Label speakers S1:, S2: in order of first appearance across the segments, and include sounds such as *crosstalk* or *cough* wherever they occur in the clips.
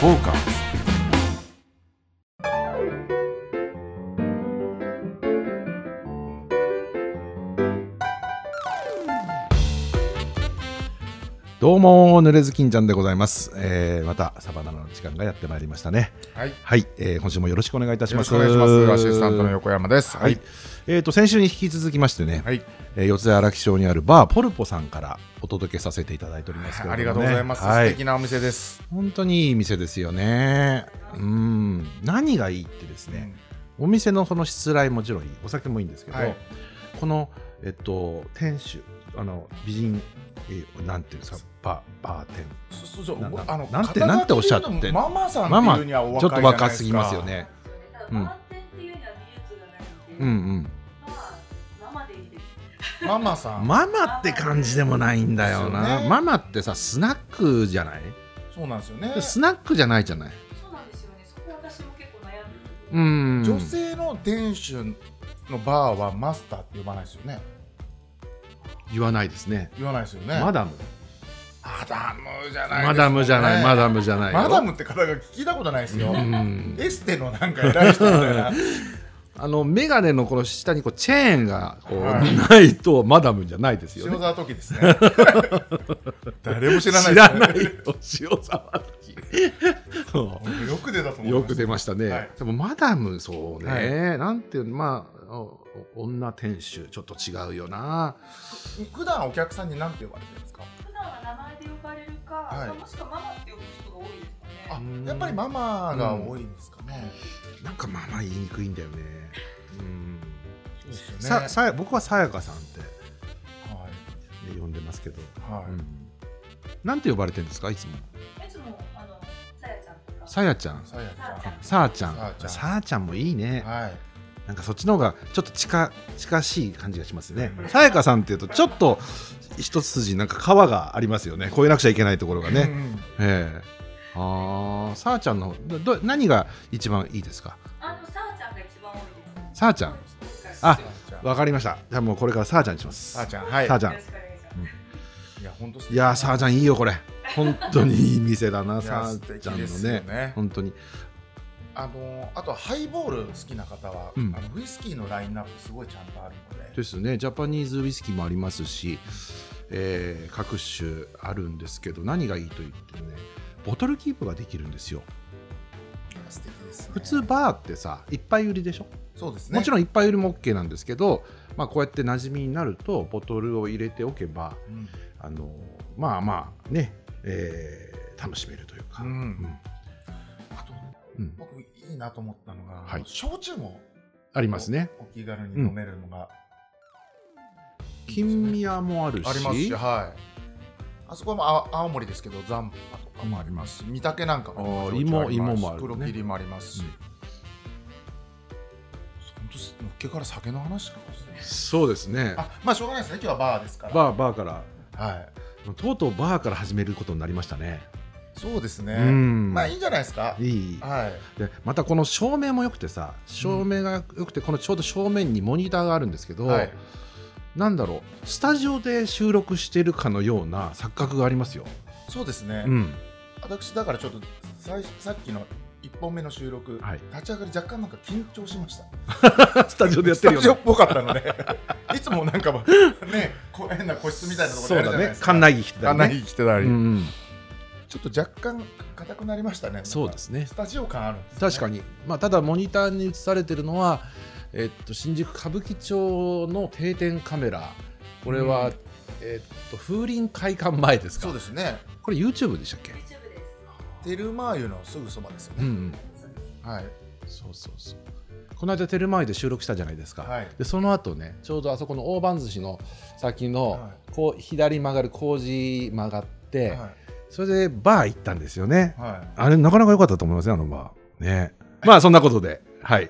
S1: フォーカスどうも濡れずきんちゃんでございます、えー、またサバナの時間がやってまいりましたね
S2: はい。よ
S1: はい、えー、今週もよろしくお願いいたし
S2: ろ
S1: ま
S2: し
S1: す
S2: くお願いします。アシスタントの横山です。
S1: はい、えー、と先週に引き続きましてね、
S2: はい。
S1: えー四谷荒木町にあるバーポルポさんからお届けさせていただいておりますけれども、ね、
S2: ありがとうございます。
S1: は
S2: 素
S1: い
S2: 敵なお店です。
S1: 本当にいい店ですよねうん何がいいってですね、お店のそのしつらいもちろんいいお酒もいいんですけど、
S2: はい
S1: このえっと店主あの美人、えーなんていうんですかババーテン
S2: そうそうそう
S1: なな
S2: あの
S1: なんて
S2: 肩書き
S1: なんておっしゃって
S2: で言うとママさんっていうにはお
S1: ちょっと若
S2: いじゃないですか
S1: ぎますよ。ねう
S3: うんん。っていうには美術がなくて、
S1: うんうん
S3: まあ生でいいです。
S2: ママさん。
S1: ママって感じでもないんだよ
S2: です
S1: な、
S2: よね
S1: ママってさスナックじゃない
S2: そうなんですよね。
S1: スナックじゃないじゃない
S3: そうなんですよね。そこ私も結構悩んでる。
S1: うん
S2: 女性の店主のバーはマスターって呼ばないですよね。
S1: 言わないですね
S2: 言わないですよね。
S1: マダム
S2: マダムじゃない。
S1: マダムじゃないマダムじゃないよ
S2: マダムって方が聞いたことないですよ
S1: う。ん
S2: エステのなんか偉い人みたいな。
S1: あの眼鏡のこの下にこうチェーンがこう
S2: はい
S1: ないとマダムじゃないですよ
S2: 塩
S1: ね。
S2: 沢時ですね。 *laughs* 誰も知らないですね。
S1: いよ塩沢時そ
S2: *laughs* よく出たと
S1: う
S2: 思う。
S1: よく出ましたね。
S2: はい
S1: でもマダムそうね、
S2: は
S1: なんていうのまあおお女店主ちょっと違うよな。
S2: 普段お客さんに何て呼ばれてるんですか
S3: 普段は名前で呼ばれるか、
S2: はい
S3: まあもしくはママって呼ぶ人が多いですかね。
S2: あ
S1: うん
S2: やっぱりママが多いんですかね、
S1: なんかまあまあ言いにくいんだよね。うん
S2: そうですよね
S1: ささや僕はさやかさんって
S2: は
S1: 呼んでますけど、
S2: い、はい
S1: うんなんて呼ばれてるんですかいつも。
S3: いつもあのさやちゃんとか。
S1: さやちゃん。
S2: さやち
S3: さやちゃん。
S1: さあちゃん。
S2: さあちゃん
S1: さあちゃんもいいね。
S2: ゃんはい
S1: なんかそっちの方がちょっと近近しい感じがしますね。さやかさんっていうとちょっと一筋なんか皮がありますよね。越えなくちゃいけないところが
S2: う
S1: ね。
S2: ん
S1: ええああ、さあちゃんの方どど何が一番いいですか。
S3: あのさやちゃんが一番多いで
S1: さあちゃん。
S3: す。
S1: あ
S3: よ
S1: わかりました。じゃあもうこれからさあちゃんにします。
S2: さあちゃんはい
S1: さあちゃん。
S3: ろしくお願いします。
S2: いや本当
S1: いやーさあちゃんいいよこれ。本当にいい店だな
S2: いや
S1: さあ
S2: 素
S1: ち
S2: 敵
S1: ゃんの
S2: ですよ
S1: ね。
S2: ね
S1: 本当に。
S2: あのあとハイボール好きな方は、
S1: うん
S2: あのウイスキーのラインナップすごいちゃんとあるので
S1: ですねジャパニーズウイスキーもありますし、えー各種あるんですけど何がいいと言ってもねボトルキープができるんですよ
S2: 素敵です、ね、
S1: 普通バーってさいっぱい売りでしょ、
S2: そうですね
S1: もちろんいっぱい売りも OK なんですけど、まあ、こうやって馴染みになるとボトルを入れておけば
S2: ろん、うん
S1: あのまあまあね、えー楽しめるというか、
S2: うん
S1: ん
S2: あと
S1: うん
S2: 僕いいなと思ったのが、
S1: はい
S2: 焼酎も
S1: ありますね
S2: お気軽に飲めるのが、
S1: 金宮もあるし
S2: ありますし、はい。あそこもあ青森ですけど、ザンパとかもありますし、御嶽なんかも
S1: あー
S2: 焼酎ります
S1: 芋
S2: し
S1: 芋もあるね
S2: 黒霧もありますし。
S1: うん
S2: 本当すのっけから酒の話かもしれない。
S1: そうですね
S2: あ、まあしょうがないですね。今日はバーですから。
S1: バーバーから
S2: はい。
S1: とうとうバーから始めることになりましたね
S2: そうですね。
S1: うん
S2: まあいいんじゃないですか。
S1: いい
S2: はい。
S1: でまたこの照明も良くてさ照明が良くて、このちょうど正面にモニターがあるんですけど、
S2: はい。
S1: なんだろうスタジオで収録してるかのような錯覚がありますよ、
S2: そうですね。
S1: うん、
S2: 私だからちょっとさいさっきの一本目の収録、
S1: はい
S2: 立ち上がり若干なんか緊張しまし
S1: *laughs*
S2: た。
S1: スタジオでやっ
S2: ス
S1: てるよ
S2: タジオっ
S1: ね
S2: ぽかったので、 *laughs* いつもなんかね、こ変な個室みたいなところ
S1: そう
S2: でやる
S1: だ
S2: じゃないで
S1: ね
S2: すか。
S1: 館内着着てた
S2: あ
S1: り
S2: な
S1: ね
S2: い来てたり、
S1: うんうん
S2: ちょっと若干硬くなりましたね
S1: そうですね
S2: スタジオ感あるんです、ね、
S1: 確か
S2: に
S1: に、まあ、ただモニターに映されてるのは、えっと、新宿歌舞伎町の定点カメラこれは、
S2: うん
S1: えっと、風林会館前ですか
S2: そうですね
S1: これ YouTube でしたっけ、
S3: YouTube です。
S2: テルマー湯のすぐそばですよ
S1: うんう
S2: ね、
S1: ん、
S2: はい
S1: そうそうそうこの間テルマエで収録したじゃないですか、
S2: はい
S1: でその後ねちょうどあそこの大判寿司の先の、
S2: は
S1: こう左曲がる工事曲がって、
S2: は
S1: それでバー行ったんですよね、
S2: いは
S1: あれなかなか良かったと思いますねあのバーねまあそんなことではい、
S2: い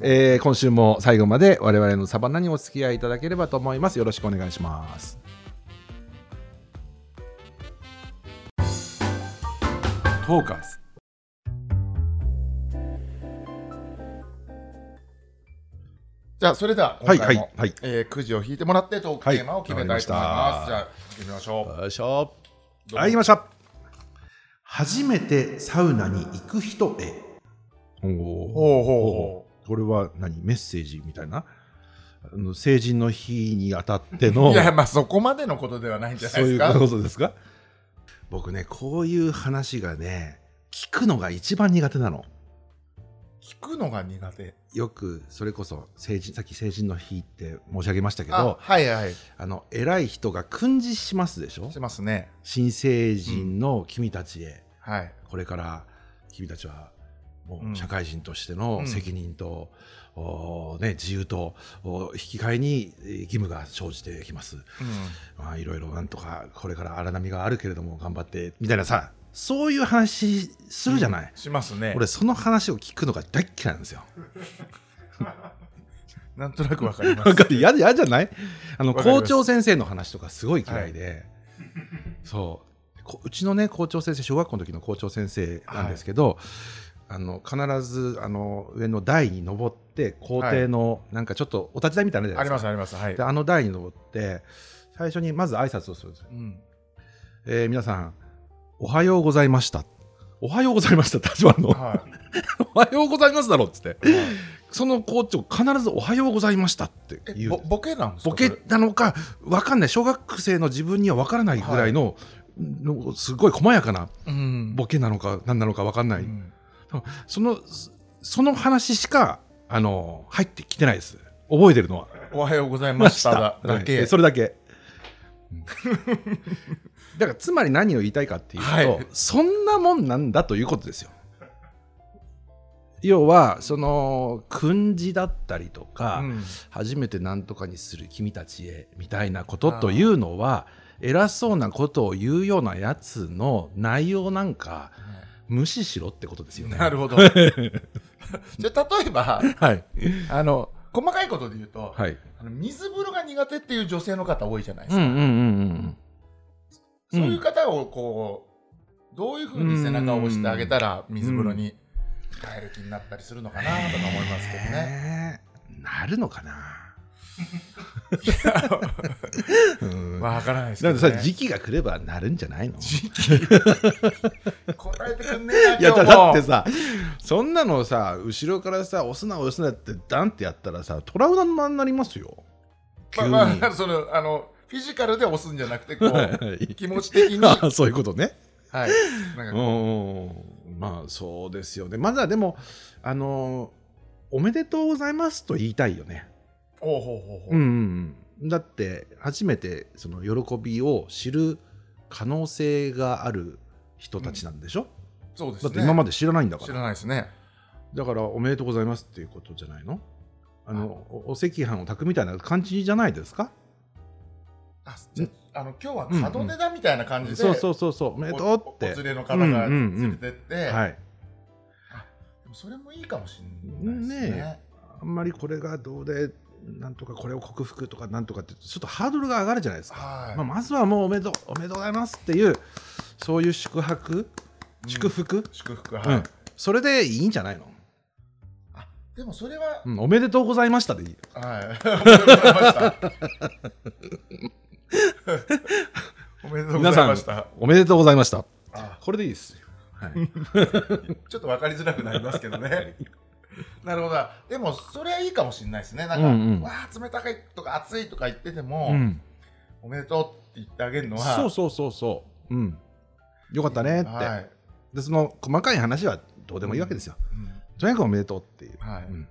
S1: えー今週も最後まで我々のサバンナにお付き合いいただければと思いますよろしくお願いしますトーカーズ
S2: じゃあそれでは
S1: は
S2: 今
S1: いは
S2: 回
S1: い
S2: も、
S1: はい
S2: えーくじを引いてもらってトークテーマを決めたいと思いま
S1: はい
S2: す、じゃあ行ってみましょ
S1: よいしょ
S2: う
S1: はい、行きました。初めてサウナに行く人へ。おお。
S2: ほうほうほ
S1: これは何メッセージみたいなあの成人の日にあたって
S2: う
S1: の
S2: *laughs* いやまあそこまでのことではないんじゃない
S1: そう
S2: で
S1: い
S2: す
S1: う
S2: か
S1: ことですか僕ねこういう話がね聞くのが一番苦手なの
S2: 聞くのが苦手
S1: よくそれこそ成人さっき成人の日って申し上げましたけど
S2: あ
S1: あ
S2: はいはい
S1: の偉い人が訓示しますでしょ
S2: してますね
S1: 新成人の君たちへ、
S2: はい
S1: これから君たちはも
S2: うん
S1: う社会人としての責任と、おーね、自由とおー引き換えにえー義務が生じてきます、
S2: う
S1: まあ、いろいろなんとかこれから荒波があるけれども頑張ってみたいなさそういう話するじゃない、
S2: んしますね
S1: 俺その話を聞くのが大っ嫌いなんですよ。
S2: なんとなくわかりま
S1: わ
S2: す
S1: かる嫌で嫌じゃないあの
S2: わかりま
S1: 校
S2: す
S1: 長先生の話とかすごい嫌いで、そうこうちのね校長先生小学校の時の校長先生なんですけど、あの必ずあの上の台に登って校庭のなんかちょっとお立ち台みたいなのあ
S2: あ
S1: る
S2: り
S1: じゃない
S2: ま
S1: です
S2: すありますはい
S1: かであの台に登って最初にまず挨拶をするんですよ
S2: うん
S1: えー皆さん、おはようございました。おはようございましたって始まるの。
S2: は
S1: おはようございますだろっつって。
S2: い
S1: その校長、必ずおはようございましたって
S2: え
S1: 言
S2: ぼ
S1: う。
S2: ボケなんですか
S1: ボケ
S2: それ
S1: なのか、わかんない。小学生の自分にはわからないぐらいの、のすごい細やかな
S2: うん
S1: ボケなのか、何なのかわかんない。
S2: うん
S1: その、そその話しか、あの、入ってきてないです。覚えてるのは。
S2: おはようございましただだ
S1: は
S2: け
S1: いそれだけ *laughs* だからつまり何を言いたいかっていうと、
S2: はい
S1: そんなもんなんだということですよ要はその訓示だったりとか、
S2: うん
S1: 初めて何とかにする君たちへみたいなことというのは偉そうなことを言うようなやつの内容なんか無視しろってことですよね。
S2: なるほ
S1: *laughs*
S2: どじゃあ例えば
S1: はい、
S2: あの細かいことで言うと
S1: はい、
S2: あの水風呂が苦手っていう女性の方多いじゃないで
S1: う
S2: す
S1: ん
S2: か、
S1: うんうんうんうん
S2: そういう方をこうどういうふうに背中を押してあげたら水風呂に帰る気になったりするのかなとか思いますけどね。
S1: ね。なるのかな。うん
S2: わからないです
S1: な
S2: け
S1: ん
S2: ど、
S1: で
S2: ね。
S1: さ時期が来ればなるんじゃないのい
S2: 時期こらえてくんねえな今
S1: や
S2: 日
S1: だだ
S2: も
S1: ってさそんなのさ後ろからさ押すな押すなってダンってやったらさトラウマになりますよ急に、
S2: まあまあそのあのフィジカルで押すんじゃなくてこう
S1: *laughs* はい
S2: 気持ち的に、は
S1: あそういうことね
S2: い、なん
S1: う
S2: かこ
S1: んまあそうですよねまずはでもあのおめでとうございますと言いたいよね
S2: うほうほうほうほう、
S1: うんうん、だって初めてその喜びを知る可能性がある人たちなんでしょ、
S2: そうです
S1: だ
S2: ね。
S1: って今まで知らないんだか
S2: 知
S1: ら
S2: らないですね。
S1: だからおめでとうございますっていうことじゃないのあのおお赤飯を炊くみたいな感じじゃないですか
S2: あじゃああの今日は門出だみたいな感じで、
S1: そうそうそうそうおめでとう
S2: お
S1: っ
S2: お
S1: て
S2: 連れの方
S1: う
S2: が
S1: んうんうん
S2: 連れてって、
S1: はい
S2: でもそれもいいかもしれないですね。
S1: ねあんまりこれがどうでなんとかこれを克服とかなんとかってちょっとハードルが上がるじゃないですか、
S2: はい。
S1: まあ、まずはもうおめでとうおめでとうございますっていうそういう宿泊
S2: うん
S1: 祝福、
S2: 祝福はい、
S1: うんそれでいいんじゃないの、
S2: あでもそれは、
S1: うん、おめでとうございましたでいい
S2: はい。おめでとうご
S1: 皆
S2: ざ
S1: さ
S2: い
S1: ん
S2: ました。
S1: おめでとうございました
S2: あ
S1: これでいいですよ、はい、
S2: *laughs* ちょっと分かりづらくなりますけどね。なるほど。でもそれはいいかもしれないですね。なんか、
S1: うんうん
S2: わあ冷たいとか暑いとか言ってても、
S1: うん、
S2: おめでとうって言ってあげるのは。
S1: そうそうそうそううんよかったねって、
S2: はい。
S1: でその細かい話はどうでもいいわけですよ、
S2: うん
S1: とにかくおめでとうっていう、
S2: はい
S1: うん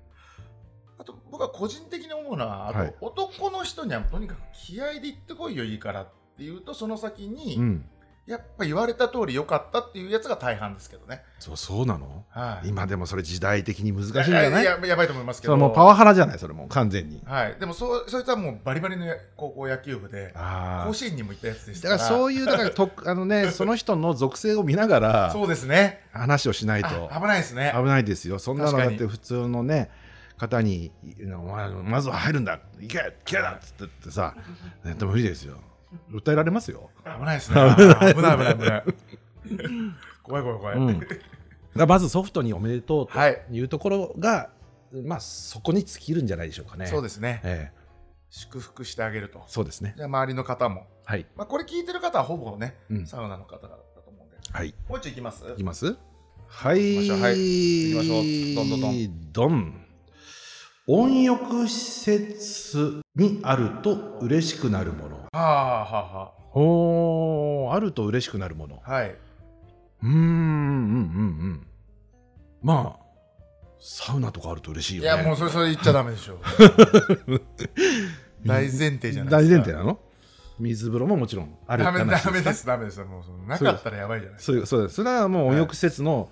S2: あと僕は個人的に思うのは、あと
S1: はい
S2: 男の人にはとにかく気合で行ってこいよいいからっていうとその先に、
S1: うん
S2: やっぱ言われた通り良かったっていうやつが大半ですけどね。
S1: そうそうなの
S2: はい。
S1: 今でもそれ時代的に難しいんじゃない
S2: やややばいと思いますけ
S1: それ
S2: ど。
S1: もうパワハラじゃないそれもう完全に
S2: はい。でもそうそいつはもうバリバリの高校野球部で
S1: あ
S2: 甲
S1: あ
S2: 子園にも行ったやつですか。
S1: だかららそういうだからとあのねその人の属性を見ながら
S2: そうですね。
S1: 話をしないと
S2: あ危ないですね。
S1: 危ないですよ、そんなの
S2: 確か
S1: だっ
S2: に
S1: て普通のね、方に、いお前まずは入るんだ、行け、行けだっつってってさ、ね、でも無理ですよ、訴えられますよ。
S2: 危ないですね。あー危ない危ない危
S1: *laughs*
S2: ない。怖い怖い怖い。
S1: うんだからまずソフトにおめでとうと
S2: はい
S1: いうところが、まあ、そこに尽きるんじゃないでしょうかね。
S2: そうですね。
S1: ええ
S2: 祝福してあげると。
S1: そうですね。
S2: じゃあ周りの方も。
S1: はい。
S2: まあ、これ聞いてる方はほぼね、
S1: うん
S2: サウナの方だと思うんで、
S1: はい
S2: もう一丁いきます
S1: いきますはい
S2: 行きましょうはい行きましょうどんどんど
S1: んどん温浴施設にあると嬉しくなるもの
S2: ああは
S1: おーあると嬉しくなるもの
S2: あはあはいう
S1: ーんうんうんうんまあサウナとかあると嬉しいよ
S2: い
S1: ね
S2: やもうそれそれ言っちゃダメでし
S1: *laughs*
S2: ょ大前提じゃない
S1: 大
S2: です
S1: 前
S2: か
S1: 提なの水風呂ももちろんある
S2: ダメ
S1: 話
S2: ダメ
S1: すか
S2: ですダメですもうそのなかったらやばいじゃないですか
S1: そうそうですそれはもう温浴施設の、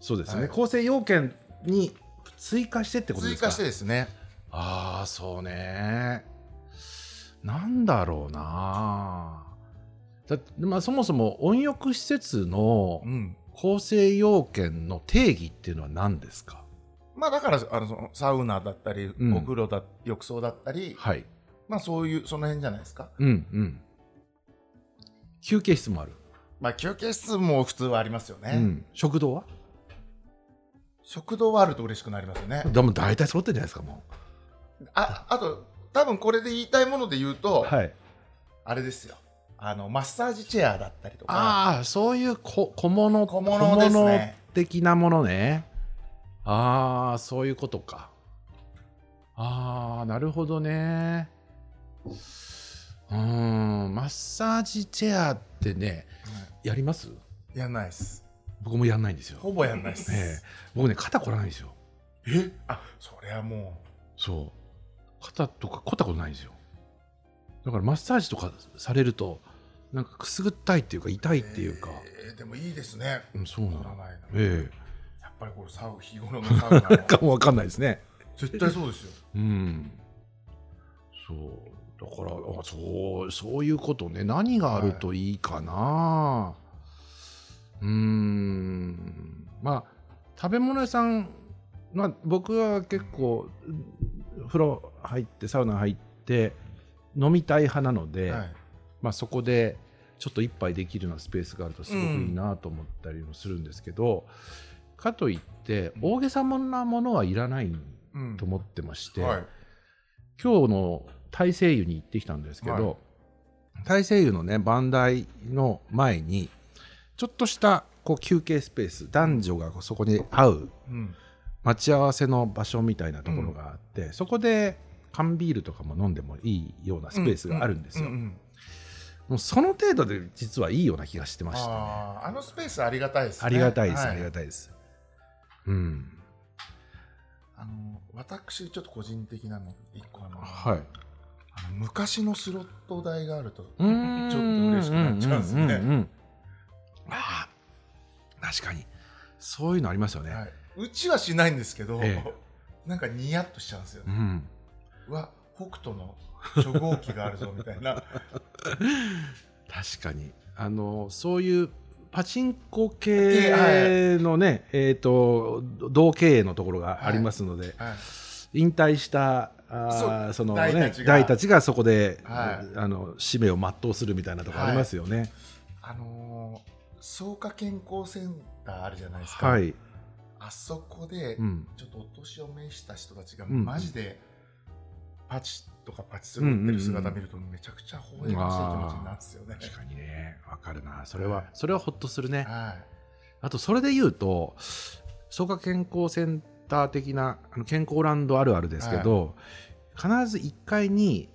S1: そうですね、
S2: はい
S1: 構成要件に追加してってことで
S2: 追
S1: すか
S2: 加してですね
S1: ああそうねなんだろうなだってまあ、そもそも温浴施設の
S2: うん
S1: 構成要件の定義っていうのは何ですか
S2: まあだからあのそのサウナだったり、
S1: うん
S2: お風呂だ浴槽だったり、
S1: はい
S2: まあそういうその辺じゃないですか
S1: うんうん休憩室もある、
S2: まあ休憩室も普通はありますよね、
S1: うん、食堂は
S2: 食堂はあると嬉しくなりますよね、
S1: でも大体揃ってるじゃないですかも
S2: ああと多分これで言いたいもので言う
S1: う
S2: と、
S1: はい
S2: あれですよあのマッサージチェアだったりとか
S1: ああそういう小小物
S2: 小物ですね
S1: 小物的なものねああそういうことかああなるほどねうーんマッサージチェアってねやります
S2: やんないです
S1: 僕もやんないんですよ、
S2: ほぼやんないです、
S1: ええ僕ね肩こらないんですよ
S2: えあそれはも
S1: そう肩とか凝ったことないんですよだからマッサージとかされるとなんかくすぐったいっていうか痛いうっていうか、
S2: えーでもいいですね
S1: うんそうな
S2: 乗ら
S1: の
S2: ないの
S1: ええ
S2: やっぱりこれサウ日頃のサウナの
S1: かもわかんないですね
S2: 絶対そうですよ
S1: うん。そう。だから、あそう、そういうことね。何があるといいかな。うーん。まあ、食べ物屋さん、まあ、僕は結構、風呂入って、サウナ入って、飲みたい派なので、
S2: はい
S1: まあ、そこでちょっと一杯できるようなスペースがあるとすごくいいなと思ったりもするんですけど、かといって大げさなものはいらない
S2: うん
S1: と思ってまして、
S2: はい
S1: 今日の大西湯に行ってきたんですけど、
S2: はい
S1: 大西湯のね番台の前にちょっとしたこう休憩スペース男女がこうそこに会う
S2: うん
S1: 待ち合わせの場所みたいなところがあって、そこで缶ビールとかも飲んでもいいようなスペースがあるんですよ。
S2: ううん
S1: もうその程度で実はいいような気がしてましたね。あ
S2: あーあのスペースありがたいですね
S1: りがたいです、
S2: は
S1: ありがたいです。うん。
S2: あの私ちょっと個人的なの一個あの、
S1: はい。
S2: あの昔のスロット代がある
S1: ちょ
S2: とちょっと嬉しくなっちゃうんですね
S1: ああ、確かに。そういうのありますよね。
S2: はいうちはしないんですけど、
S1: え
S2: なんかニヤッとしちゃうんですよ
S1: う
S2: ね、
S1: ん。
S2: うわ北斗の初号機があるぞみた
S1: *laughs*
S2: いな
S1: 確かに。あの、そういうパチンコ
S2: は
S1: 系のね、えっ、と、同経営のところがありますので、
S2: はい
S1: 引退したあー
S2: そう
S1: その
S2: 大
S1: ね
S2: たちが
S1: 大たちがそこで、
S2: はい
S1: あの使命を全うするみたいなところありますよね。
S2: あのー草加健康センターあるじゃないですか、
S1: はい、
S2: あそこで、
S1: うん、
S2: ちょっとお年を召した人たちが
S1: うん
S2: マジでパチッとかパチスロってる姿見るとめちゃくちゃ微笑ましい気持ちになるんですよね、
S1: 確かにねわかるなそれはそれはほっとするね
S2: はい
S1: あとそれで言うと草加健康センター的なあの健康ランドあるあるですけど、必ず1階に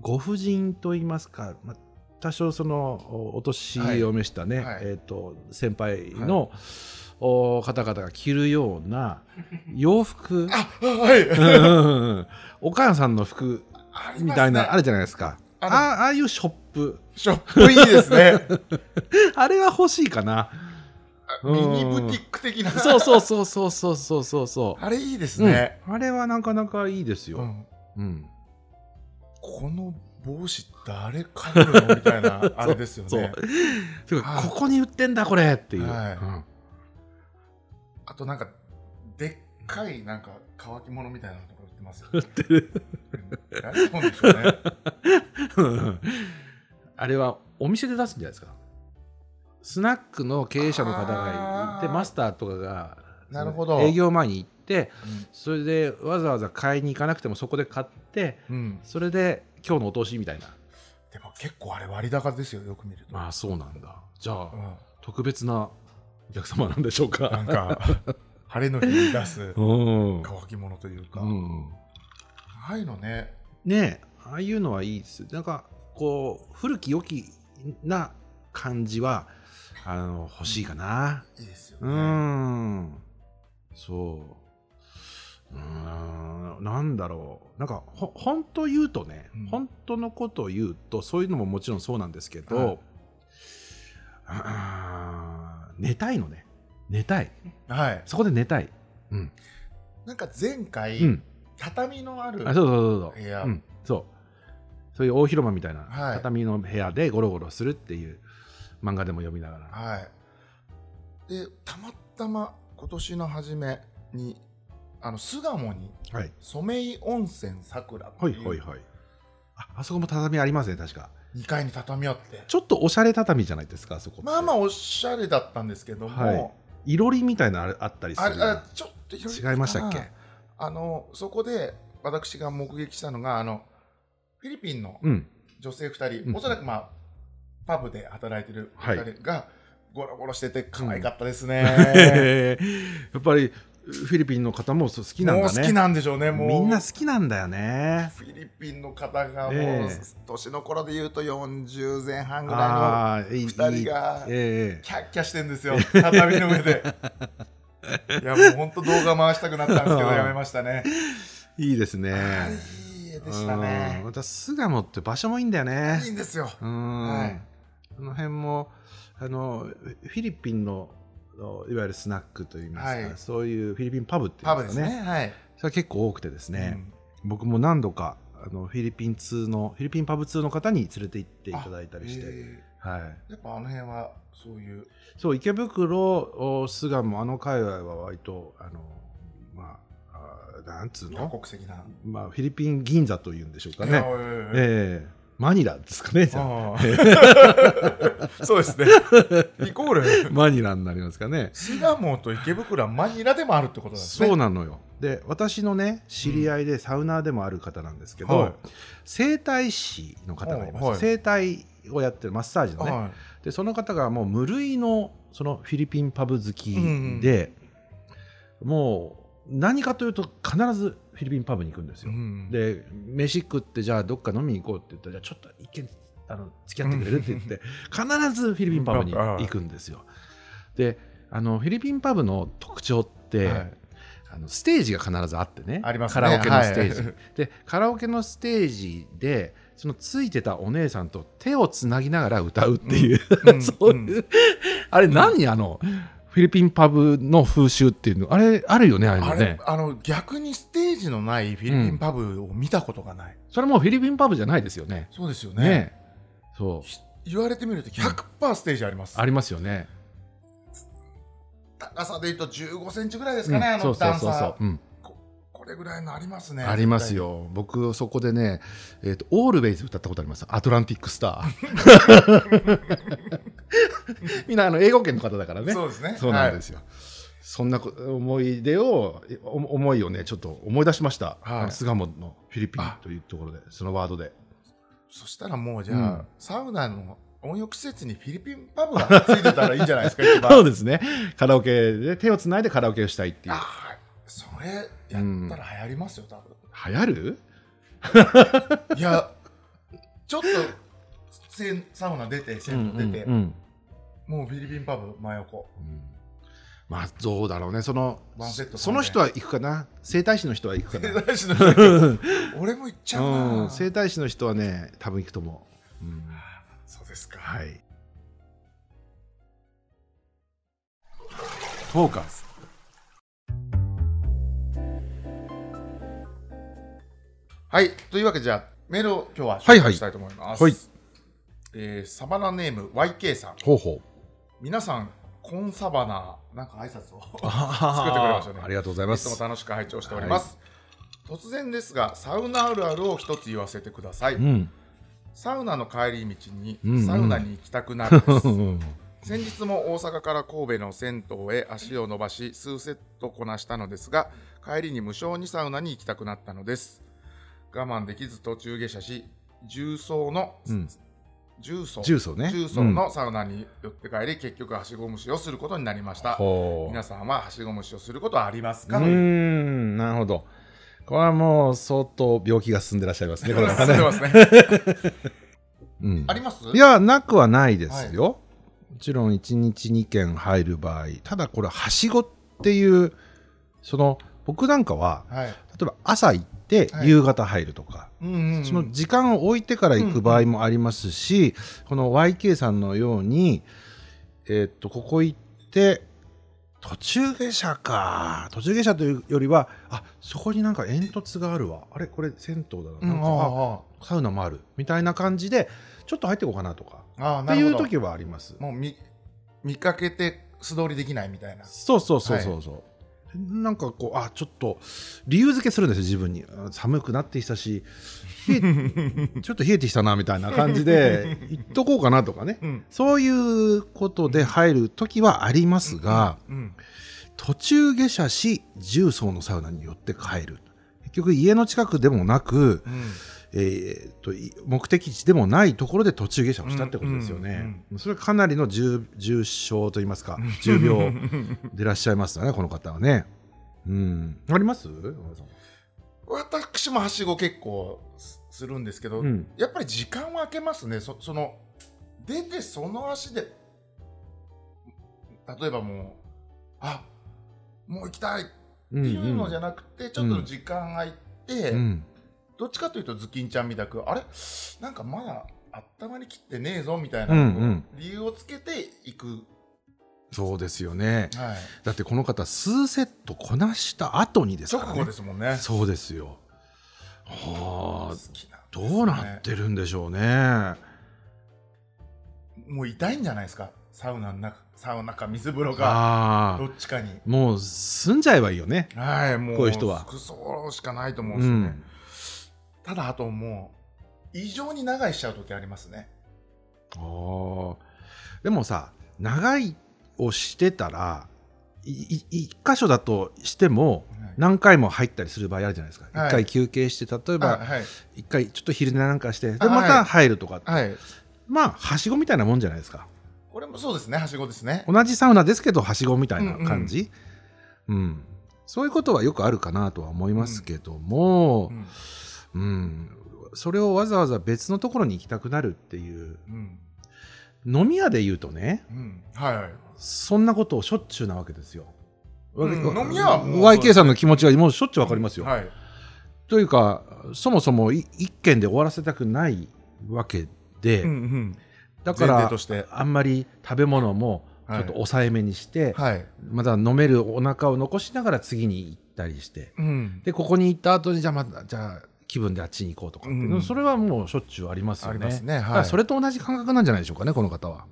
S1: ご婦人といいますか、まあ、多少そのおお年を召したね、
S2: はいはい
S1: えー、と先輩の、お方々が着るよう
S2: *laughs*
S1: な洋服
S2: あはい
S1: うんうんうん *laughs* お母さんの服
S2: ありますね
S1: みたいな、あるじゃないですか。あ
S2: あの
S1: ああいうショップ。
S2: ショップいいですね
S1: あれは欲しいか
S2: *laughs*
S1: な。
S2: ミニブティック的な
S1: そうそうそうそうそうそうそうそう。
S2: あれいいですね、
S1: うんあれはなかなかいいです
S2: う
S1: よ。
S2: ん
S1: うん。
S2: この帽子誰かぶるのみたいなあれですよ
S1: *laughs* そう
S2: ね。
S1: てか、
S2: はい
S1: ここに売ってんだこれっていう。
S2: はい
S1: うん
S2: あとなんかでっかいなんか乾き物みたいなところ売ってますよ、ね。うん誰が買うんでしょうね。
S1: *laughs* あれはお店で出すんじゃないですか。スナックの経営者の方がいて
S2: あー
S1: マスターとかが
S2: なるほど
S1: 営業前に行ってそれでわざわざ買いに行かなくてもそこで買って
S2: うん、うん
S1: それで今日のお通しみたいな。
S2: でも結構あれ割高ですよよく見ると。
S1: ああそうなんだじゃあ、
S2: うん
S1: 特別なお客様なんでしょうか。
S2: な
S1: *laughs*
S2: んか晴れの日に出す
S1: うん、
S2: 乾き物というか、
S1: うん、
S2: ああいうのね
S1: ねえああいうのはいいですなんかこう古き良きな感じはあの欲しいかな
S2: いいですよ
S1: う
S2: ね、
S1: ん、そううーんなんだろうなんかほ本当言うとね、
S2: うん
S1: 本当のことを言うとそういうのももちろんそうなんですけど、
S2: はい
S1: あー寝たいのね寝たい
S2: はい
S1: そこで寝たい、
S2: なんか前回、
S1: うん、
S2: 畳のある
S1: あそうそうそうそう
S2: 部屋
S1: うん、そうそういう大広間みたいな
S2: はい
S1: 畳の部屋でゴロゴロするっていう漫画でも読みながら、
S2: はいでたまたま今年の初めにあの巣鴨に
S1: はい、
S2: ソメイ温泉さくらって
S1: はいいはいうはいああそこも畳ありますね確か
S2: 2階に畳あって
S1: ちょっとおしゃれ畳じゃないですかあそこって
S2: まあまあおしゃれだったんですけども、
S1: はいいろりみたいなのあるあったりす
S2: あれ
S1: る
S2: あちょっと広かな
S1: 違いましたっけ
S2: あのそこで私が目撃したのがあのフィリピンの
S1: うん
S2: 女性2人、
S1: うん
S2: おそらくまあパブで働いてる2人がゴロゴロしてて可愛かったで
S1: *laughs*
S2: すね、
S1: へーやっぱりフィリピンの方もそう好きなん
S2: もう
S1: だね
S2: 好きなんでしょうねもう
S1: みんな好きなんだよね
S2: フィリピンの方がもう、
S1: ええ
S2: 年の頃で言うと40前半ぐら
S1: ああいい
S2: いの2人が
S1: いいええ
S2: キャッキャしてんですよ畳の上でいやもう本当動画回したくなったんですけどやめましたね
S1: いいですね
S2: はいいい絵でした
S1: うん
S2: ね
S1: また巣鴨って場所もいいんだよね
S2: いいんですよ
S1: うん、
S2: はい
S1: あの辺もあのフィリピンのいわゆるスナックといいますか、
S2: はい
S1: そういうフィリピンパブってい
S2: パ
S1: う
S2: ブ
S1: んで
S2: ですす
S1: かね
S2: ねはい、
S1: それは結構多くてですね、僕も何度かあのフィリピン通のフィリピンパブ通の方に連れて行っていただいた
S2: うん
S1: りして、
S2: え
S1: はい、
S2: えやっぱあの辺はそういう
S1: そう池袋お巣鴨あの界隈は割とあのまああなんつう
S2: 多
S1: の、
S2: 国籍な、
S1: まあ、フィリピン銀座というんでしょうか
S2: いや
S1: ね、
S2: おいおいおい
S1: ええマニラですかねじゃあ *laughs*
S2: ああそうですねイコール
S1: マニラになりますかね
S2: 巣鴨と池袋はマニラでもあるってことなんですね
S1: そうなのよで私のね知り合いでサウナーでもある方なんですけど、
S2: はい
S1: 整体師の方がいます、
S2: はい
S1: 整体をやってるマッサージのね、
S2: は
S1: でその方がもう無類のそのフィリピンパブ好き
S2: うん
S1: で、もう何かというと必ずフィリピンパブに行くんです
S2: い、う
S1: よ、
S2: ん
S1: で飯食ってじゃあどっか飲みに行こうって言ったらじゃあちょっと一軒あの付き合ってくれるって言って必ずフィリピンパブに行くんですよであのフィリピンパブの特徴って、
S2: はい
S1: あのステージが必ずあってね
S2: ありますね
S1: カラオケのステージ、
S2: はい
S1: でカラオケのステージでそのついてたお姉さんと手をつなぎながら歌うっていう、 *laughs*
S2: うん
S1: そういう、あれ何、あのフィリピンパブの風習っていうのあれあるよねあれ
S2: あ
S1: の
S2: れ
S1: ね
S2: あの逆にステージのないフィリピンパブを見たことがない、
S1: それもうフィリピンパブじゃないですよね
S2: そうですよね
S1: ねそう
S2: ひ言われてみると100%ステージあります、
S1: ありますよね
S2: 高さでいうと15センチぐらいですかね、
S1: うん
S2: あの段差
S1: う、うん
S2: これぐらいのありますね
S1: ありますよ僕そこでね、えーと「オールウェイズ」歌ったことあります「アトランティック・ス
S2: *laughs*
S1: ター」みんなあの英語圏の方だから
S2: 絶
S1: ね
S2: 対そうですね、
S1: そうなんですすよ、そんなこ思い出をえお思いをねちょっと思い出しました、
S2: はい
S1: あの巣鴨のフィリピンというところでそのワードで
S2: はいそしたらもうじゃあ、
S1: うん
S2: サウナの温浴施設にフィリピンパブがついてたらいいんじゃないですか一番
S1: *laughs* そうですねカラオケで手をつないでカラオケをしたいっていう
S2: あーそれやったら流行りますよ多分、
S1: 流行る
S2: いやちょっとせんサウナ出て銭湯出て、
S1: うんうん
S2: もうフィリピンパブ真横
S1: うんまあどうだろうねその
S2: ワンセット
S1: その人は行くかな整体師の人は行くか
S2: *laughs*
S1: な
S2: 整体師の人
S1: うん
S2: 俺も行っちゃうな、
S1: 整体師の人はね多分行くと思う、うん
S2: そうですか
S1: はいフォーカス
S2: はいというわけでじゃあメールを今日は
S1: は
S2: 紹
S1: いは
S2: 介
S1: い
S2: したいと思います、
S1: はい
S2: えーサバナネーム YK さん
S1: ほうほう
S2: 皆さんコンサバナなんか挨拶
S1: 作
S2: をってくれましたね
S1: ありがとうござい
S2: い
S1: ま
S2: つも
S1: す
S2: 楽しく拝聴しております、突然ですがサウナあるあるを一つ言わせてください、
S1: うん
S2: サウナの帰り道に
S1: うんうん
S2: サウナに行きたくなるです、
S1: *laughs* うん
S2: 先日も大阪から神戸の銭湯へ足を伸ばし数セットこなしたのですが帰りに無償にサウナに行きたくなったのです我慢できず途中下車し重曹の、
S1: うん
S2: 重
S1: *laughs*
S2: 曹
S1: 重曹ね
S2: 重曹のサウナに寄って帰り、結局はしご虫をすることになりました
S1: ほう
S2: 皆さんははしご虫をすることはありますか
S1: うーんなるほどこれはもう相当病気が進んでらっしゃいますねこれは
S2: *laughs*
S1: ね、
S2: ますね
S1: うん
S2: あります
S1: いやなくはないですよ、もちろん1日2件入る場合ただこれはしごっていうその僕なんかは
S2: はい
S1: 例えば朝行って
S2: はい
S1: 夕方入るとか、
S2: うんうんうん
S1: その時間を置いてから行く場合もありますし、この YK さんのように、えーっとここ行って途中下車か途中下車というよりはあそこになんか煙突があるわあれこれ銭湯だな,、
S2: うん
S1: なんかあ
S2: あ
S1: サウナもあるみたいな感じでちょっと入っていこうかなとか
S2: あああ
S1: っ
S2: な
S1: て
S2: る
S1: い
S2: ほ
S1: う
S2: ど
S1: 時はあります
S2: もう見見かけて素通りできないみたいな
S1: そうそうそうそうそう、なんかこうあちょっと理由付けするんですよ自分にあ寒くなってきたし冷 *laughs* えちょっと冷えてきたなみたいな感じ *laughs* で行っとこうかなとかね
S2: うん
S1: そういうことで入る時はありますが、
S2: うん
S1: 途中下車し重曹のサウナに寄って帰る結局家の近くでもなく、
S2: うん
S1: えーとい目的地でもないところで途中下車をしたってことですよね、それはかなりの重重症といいますか重病でらっしゃいますよねこの方はね。うん、あります
S2: *laughs* 私もはしご結構すするんですけど、
S1: うん
S2: やっぱり時間は空けますねそその出てその足で例えばもうあもう行きたいって
S1: うん
S2: いうのじゃなくて、ちょっと時間空いて、
S1: うん
S2: どっちかというとズキンちゃんみたくあれなんかまだあったまりきってねえぞみたいな、
S1: うんうん
S2: 理由をつけていく、
S1: そうですよね
S2: はい、
S1: だってこの方数セットこなした後にです
S2: 直
S1: からね
S2: 後ですもんね。
S1: そうですよ。はあ
S2: 好、きなんですね
S1: どうなってるんでしょうね。
S2: もう痛いんじゃないですかサウナの中サウナか水風呂か
S1: あ
S2: ど
S1: あ、
S2: っちかに
S1: もう済んじゃえばいいよね。
S2: はいもう
S1: こういう人は
S2: 服装しかないと思うん
S1: う
S2: ですよね、
S1: ん。
S2: ただあともう異常に長いしちゃう時ありますね
S1: ああ、でもさ、長いをしてたら、いい一箇所だとしても
S2: はい
S1: 何回も入ったりする場合あるじゃないですか。一、
S2: はい
S1: 回休憩して、例え
S2: あ
S1: ば
S2: はい
S1: 一回ちょっと昼寝なんかして、で
S2: あ
S1: ま
S2: は
S1: た
S2: い
S1: 入るとか。
S2: はい
S1: まあはしごみたいなもんじゃないですか。
S2: これもそうですねはしごですね
S1: 同じサウナですけどはしごみたいな感じ、うんそういうことはよくあるかなとは思いますけども
S2: う、ん、
S1: うんそれをわざわざ別のところに行きたくなるっていう
S2: うん
S1: 飲み屋で言うとね
S2: うん、はいはい
S1: そんなことをしょっちゅうなわけですよ。
S2: うん
S1: わ
S2: 飲み屋はもう
S1: YK さんの気持ちはもうしょっちゅうわかりますよ。
S2: はい
S1: というかそもそもい一軒で終わらせたくないわけで、
S2: うんうん
S1: だか
S2: 前提
S1: ら
S2: として
S1: あんまり食べ物もちょっと抑えめにして、
S2: はい
S1: まだ飲めるお腹を残しながら次に行ったりして
S2: うん
S1: でここに行った後にじゃあまたじゃあ気分であっちに行こうとかっていうの、
S2: うん
S1: それはもうしょっちゅうありますよね。
S2: ありますねはい
S1: だからそれと同じ感覚なんじゃないでしょうかねこの方は。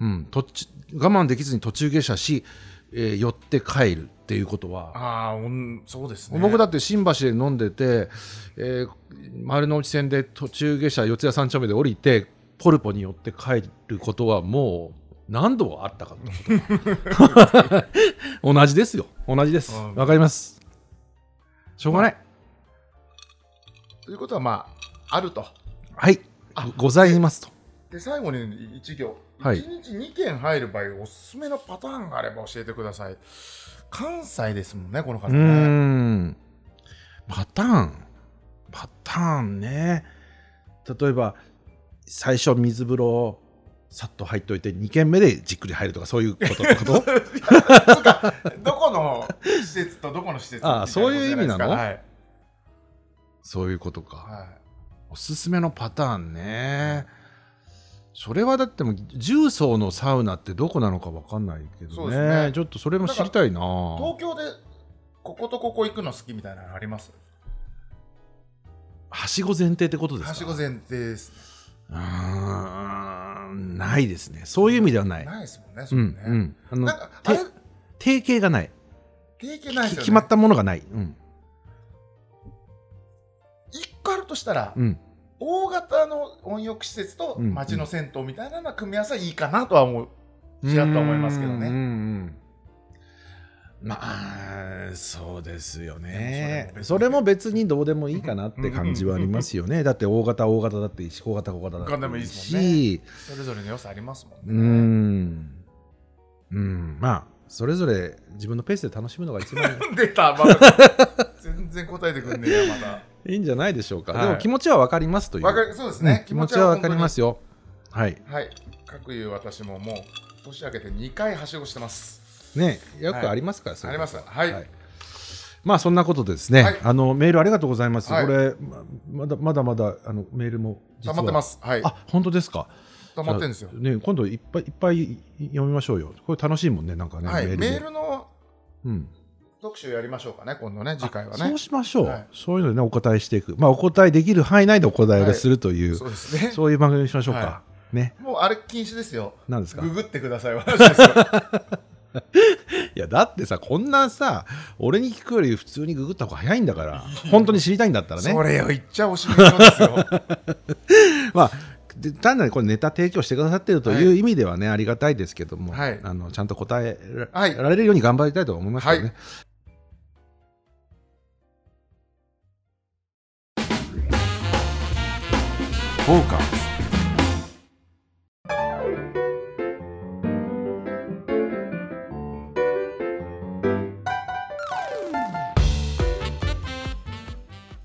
S1: うん、途中我慢できずに途中下車し、えー寄って帰るっていうことは、
S2: ああうんそうですね
S1: 僕だ
S2: っ
S1: って新橋で飲んでて、えー丸の内線で途中下車四谷三丁目で降りてポルポに寄って帰ることはもう何度あったかってこと同じですよ同じです
S2: うん
S1: わかりますしょうがない
S2: ということはまああると
S1: はいございますと
S2: で最後に一行、
S1: はい
S2: 一日二件入る場合おすすめのパターンがあれば教えてください関西ですもんねこの方
S1: うー
S2: ね
S1: んパターンパターンね例えば最初水風呂をさっと入っといて2軒目でじっくり入るとかそういうことってこと
S2: どこの施設とどこの施設みた
S1: あーそういう意味なの
S2: いことじゃいです
S1: そういうことか、
S2: かはい、はい
S1: おすすめのパターンね。それはだってもう重曹のサウナってどこなのかわかんないけ
S2: そ
S1: ど
S2: う
S1: ね
S2: ですね
S1: ちょっとそれも知りたいな
S2: 東京でこことここ行くの好きみたいなのあります
S1: はしご前提ってことですか
S2: はしご前提です
S1: うーんないですねそういう意味ではない、
S2: ないですもんね
S1: う
S2: そ
S1: ん
S2: れ
S1: う
S2: ね、
S1: んあの
S2: なんかあれ
S1: 定型がない
S2: 定型ないですよね
S1: 決まったものがないうん
S2: 一個あるとしたら、
S1: うん
S2: 大型の温浴施設と
S1: うん
S2: 町の銭湯みたいなのは組み合わせはいいかなとは思うちらっとは思いますけどね
S1: うんうんうんまあそうですよ
S2: ね
S1: ねそれも別にどうでもいいかなって感じはありますよねだって大型大型だっていいし小型小型だっていい
S2: 小型でもい
S1: し
S2: それぞれの良さありますもんね。
S1: うーんうんまあそれぞれ自分のペースで楽しむのが一
S2: *laughs*
S1: 番
S2: 出た、また
S1: *laughs*
S2: 全然答えてくんねえや、また。
S1: いいんじゃないでしょうか、
S2: はい
S1: でも気持ちは分かりますという
S2: わかり、そうですね。
S1: う。ん気持ちは分かりますすよはい
S2: はい。各有私ももう、年明けて2回はしごしてます。
S1: ねよくありますから、そう
S2: あ
S1: い
S2: り
S1: うこ
S2: ま
S1: と
S2: す。はい。
S1: はいまあそんなことでですね、
S2: はい
S1: あのメールありがとうございます、
S2: はい
S1: これままだまだまだあのメールも実
S2: 溜
S1: は
S2: まってます。はい。
S1: あ本当ですか
S2: 溜まってるんですよ。
S1: ね、今度いっぱいいっぱい読みましょうよ。これ楽しいもんね、なんかね。
S2: はい。
S1: で
S2: メールの
S1: うん、
S2: 特集やりましょうかね、今度ね、次回は
S1: そ
S2: ね
S1: う。しましょう、
S2: はい
S1: そういうのでね、お答えしていく。まあ、お答えできる範囲内でお答えをするという、
S2: そうですね。
S1: そういう番組にしましょうか。
S2: は
S1: ね、
S2: もうあれ禁止ですよ。
S1: なんですか。
S2: グ
S1: い
S2: グってください、私ですよ
S1: や、だってさ、こんなさ、俺に聞くより普通にググった方が早いんだから、本当に知りたいんだったらね
S2: そ。れを言っちゃおしまい
S1: *laughs*
S2: ですよ。
S1: まあで単なるこれネタ提供してくださってるという
S2: は
S1: 意味ではね、ありがたいですけども、
S2: はい
S1: あのちゃんと答えら,、
S2: はい
S1: れるように頑張りたいと思いますけどね。
S2: フォーカス。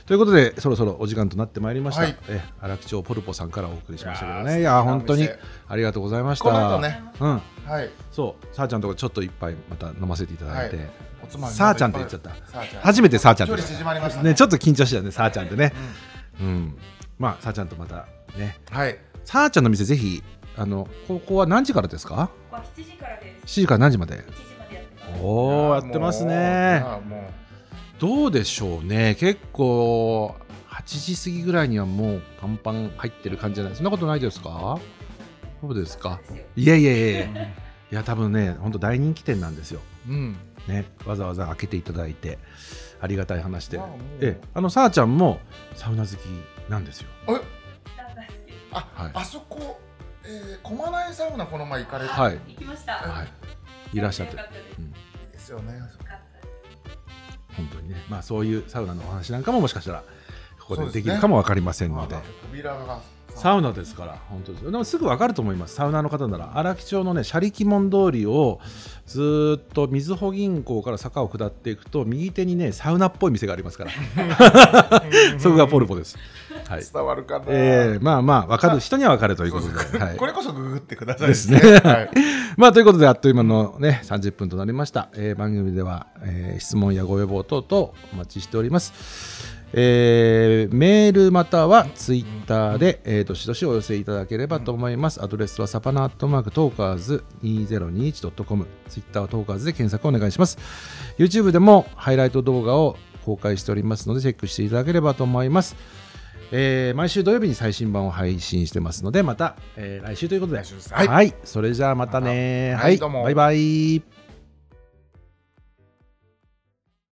S1: ということでそろそろお時間となってまいりました、
S2: はい
S1: え荒木町ポルポさんからお送りしましたけど
S2: いやー
S1: ねいやー
S2: 素敵なお店
S1: 本当にありがとうございました
S2: この後ね、
S1: うん、
S2: はい。
S1: そうさあちゃんとこちょっと一杯また飲ませていただいて、
S2: はおつまみ。
S1: さあちゃんって言っちゃった
S2: さあちゃん。
S1: 初めてさあちゃんっ
S2: 距
S1: て
S2: 離縮まりましたね。
S1: ねちょっと緊張してたねさあちゃんってね、うん、まあさあちゃんとまたね
S2: はい。
S1: さあちゃんの店ぜひあのここは何時からですか
S3: ここは7時からです。
S1: 7時から何時まで
S3: 1時までやってます。
S1: おおやってますね
S2: ああも
S1: どうでしょうね結構8時過ぎぐらいにはもうパンパン入ってる感じじゃないそんなことないですかそうですか
S3: ですよ
S1: いやいやいやいやいや多分ね本当大人気店なんですよ
S2: う。うん。
S1: ねわざわざ開けていただいてありがたい話で、
S2: まあもう
S1: ええあのさあちゃんもサウナ好きなんですよ
S2: え、
S3: なんか好きです
S2: あ、
S1: はい
S2: あそこ、えー、駒内サウナこの前行かれたん
S1: はい
S3: 行きました。
S1: はいいらっしゃって
S3: よかったです。よ
S2: ですよね。
S3: かったです
S1: 本当にねまあそういうサウナのお話なんかももしかしたらここ
S2: そう
S1: で
S2: です
S1: で
S2: ね
S1: きるかも分かりません
S2: ま
S1: の
S2: あ
S1: で
S2: なんか扉が
S1: サ
S2: ウ
S1: ウナですから、本当ですよ。でもすぐ分かると思います、サウナーの方なら。荒木町のね、車力門通りをずーっとみずほ銀行から坂を下っていくと、右手にね、サウナっぽい店があり
S2: *laughs*
S1: ますから、
S2: ナ
S1: そこがポルポです。はい。
S2: 伝わるかな。
S1: えー、まあまあ、分かる人には分かるということで。
S2: そうです
S1: はい
S2: これこそググってください
S1: ですね *laughs*
S2: はい。
S1: まあ、ということで、あっという間のね、30分となりました。えー番組では、えー質問やご要望等々お待ちしております。えーメールまたはツイッターで、えー、どしどしお寄せいただければと思います。アドレスはサパナアットマークトーカーズ 2021.com。ツイッターはトーカーズで検索お願いします。YouTube でもハイライト動画を公開しておりますので、チェックしていただければと思います。えー毎週土曜日に最新版を配信してますので、また、えー来週ということで。
S2: 来週です
S1: は、
S2: はいい
S1: それじゃあまたね。
S2: また
S1: はい、
S2: はいどうも
S1: バイバイ。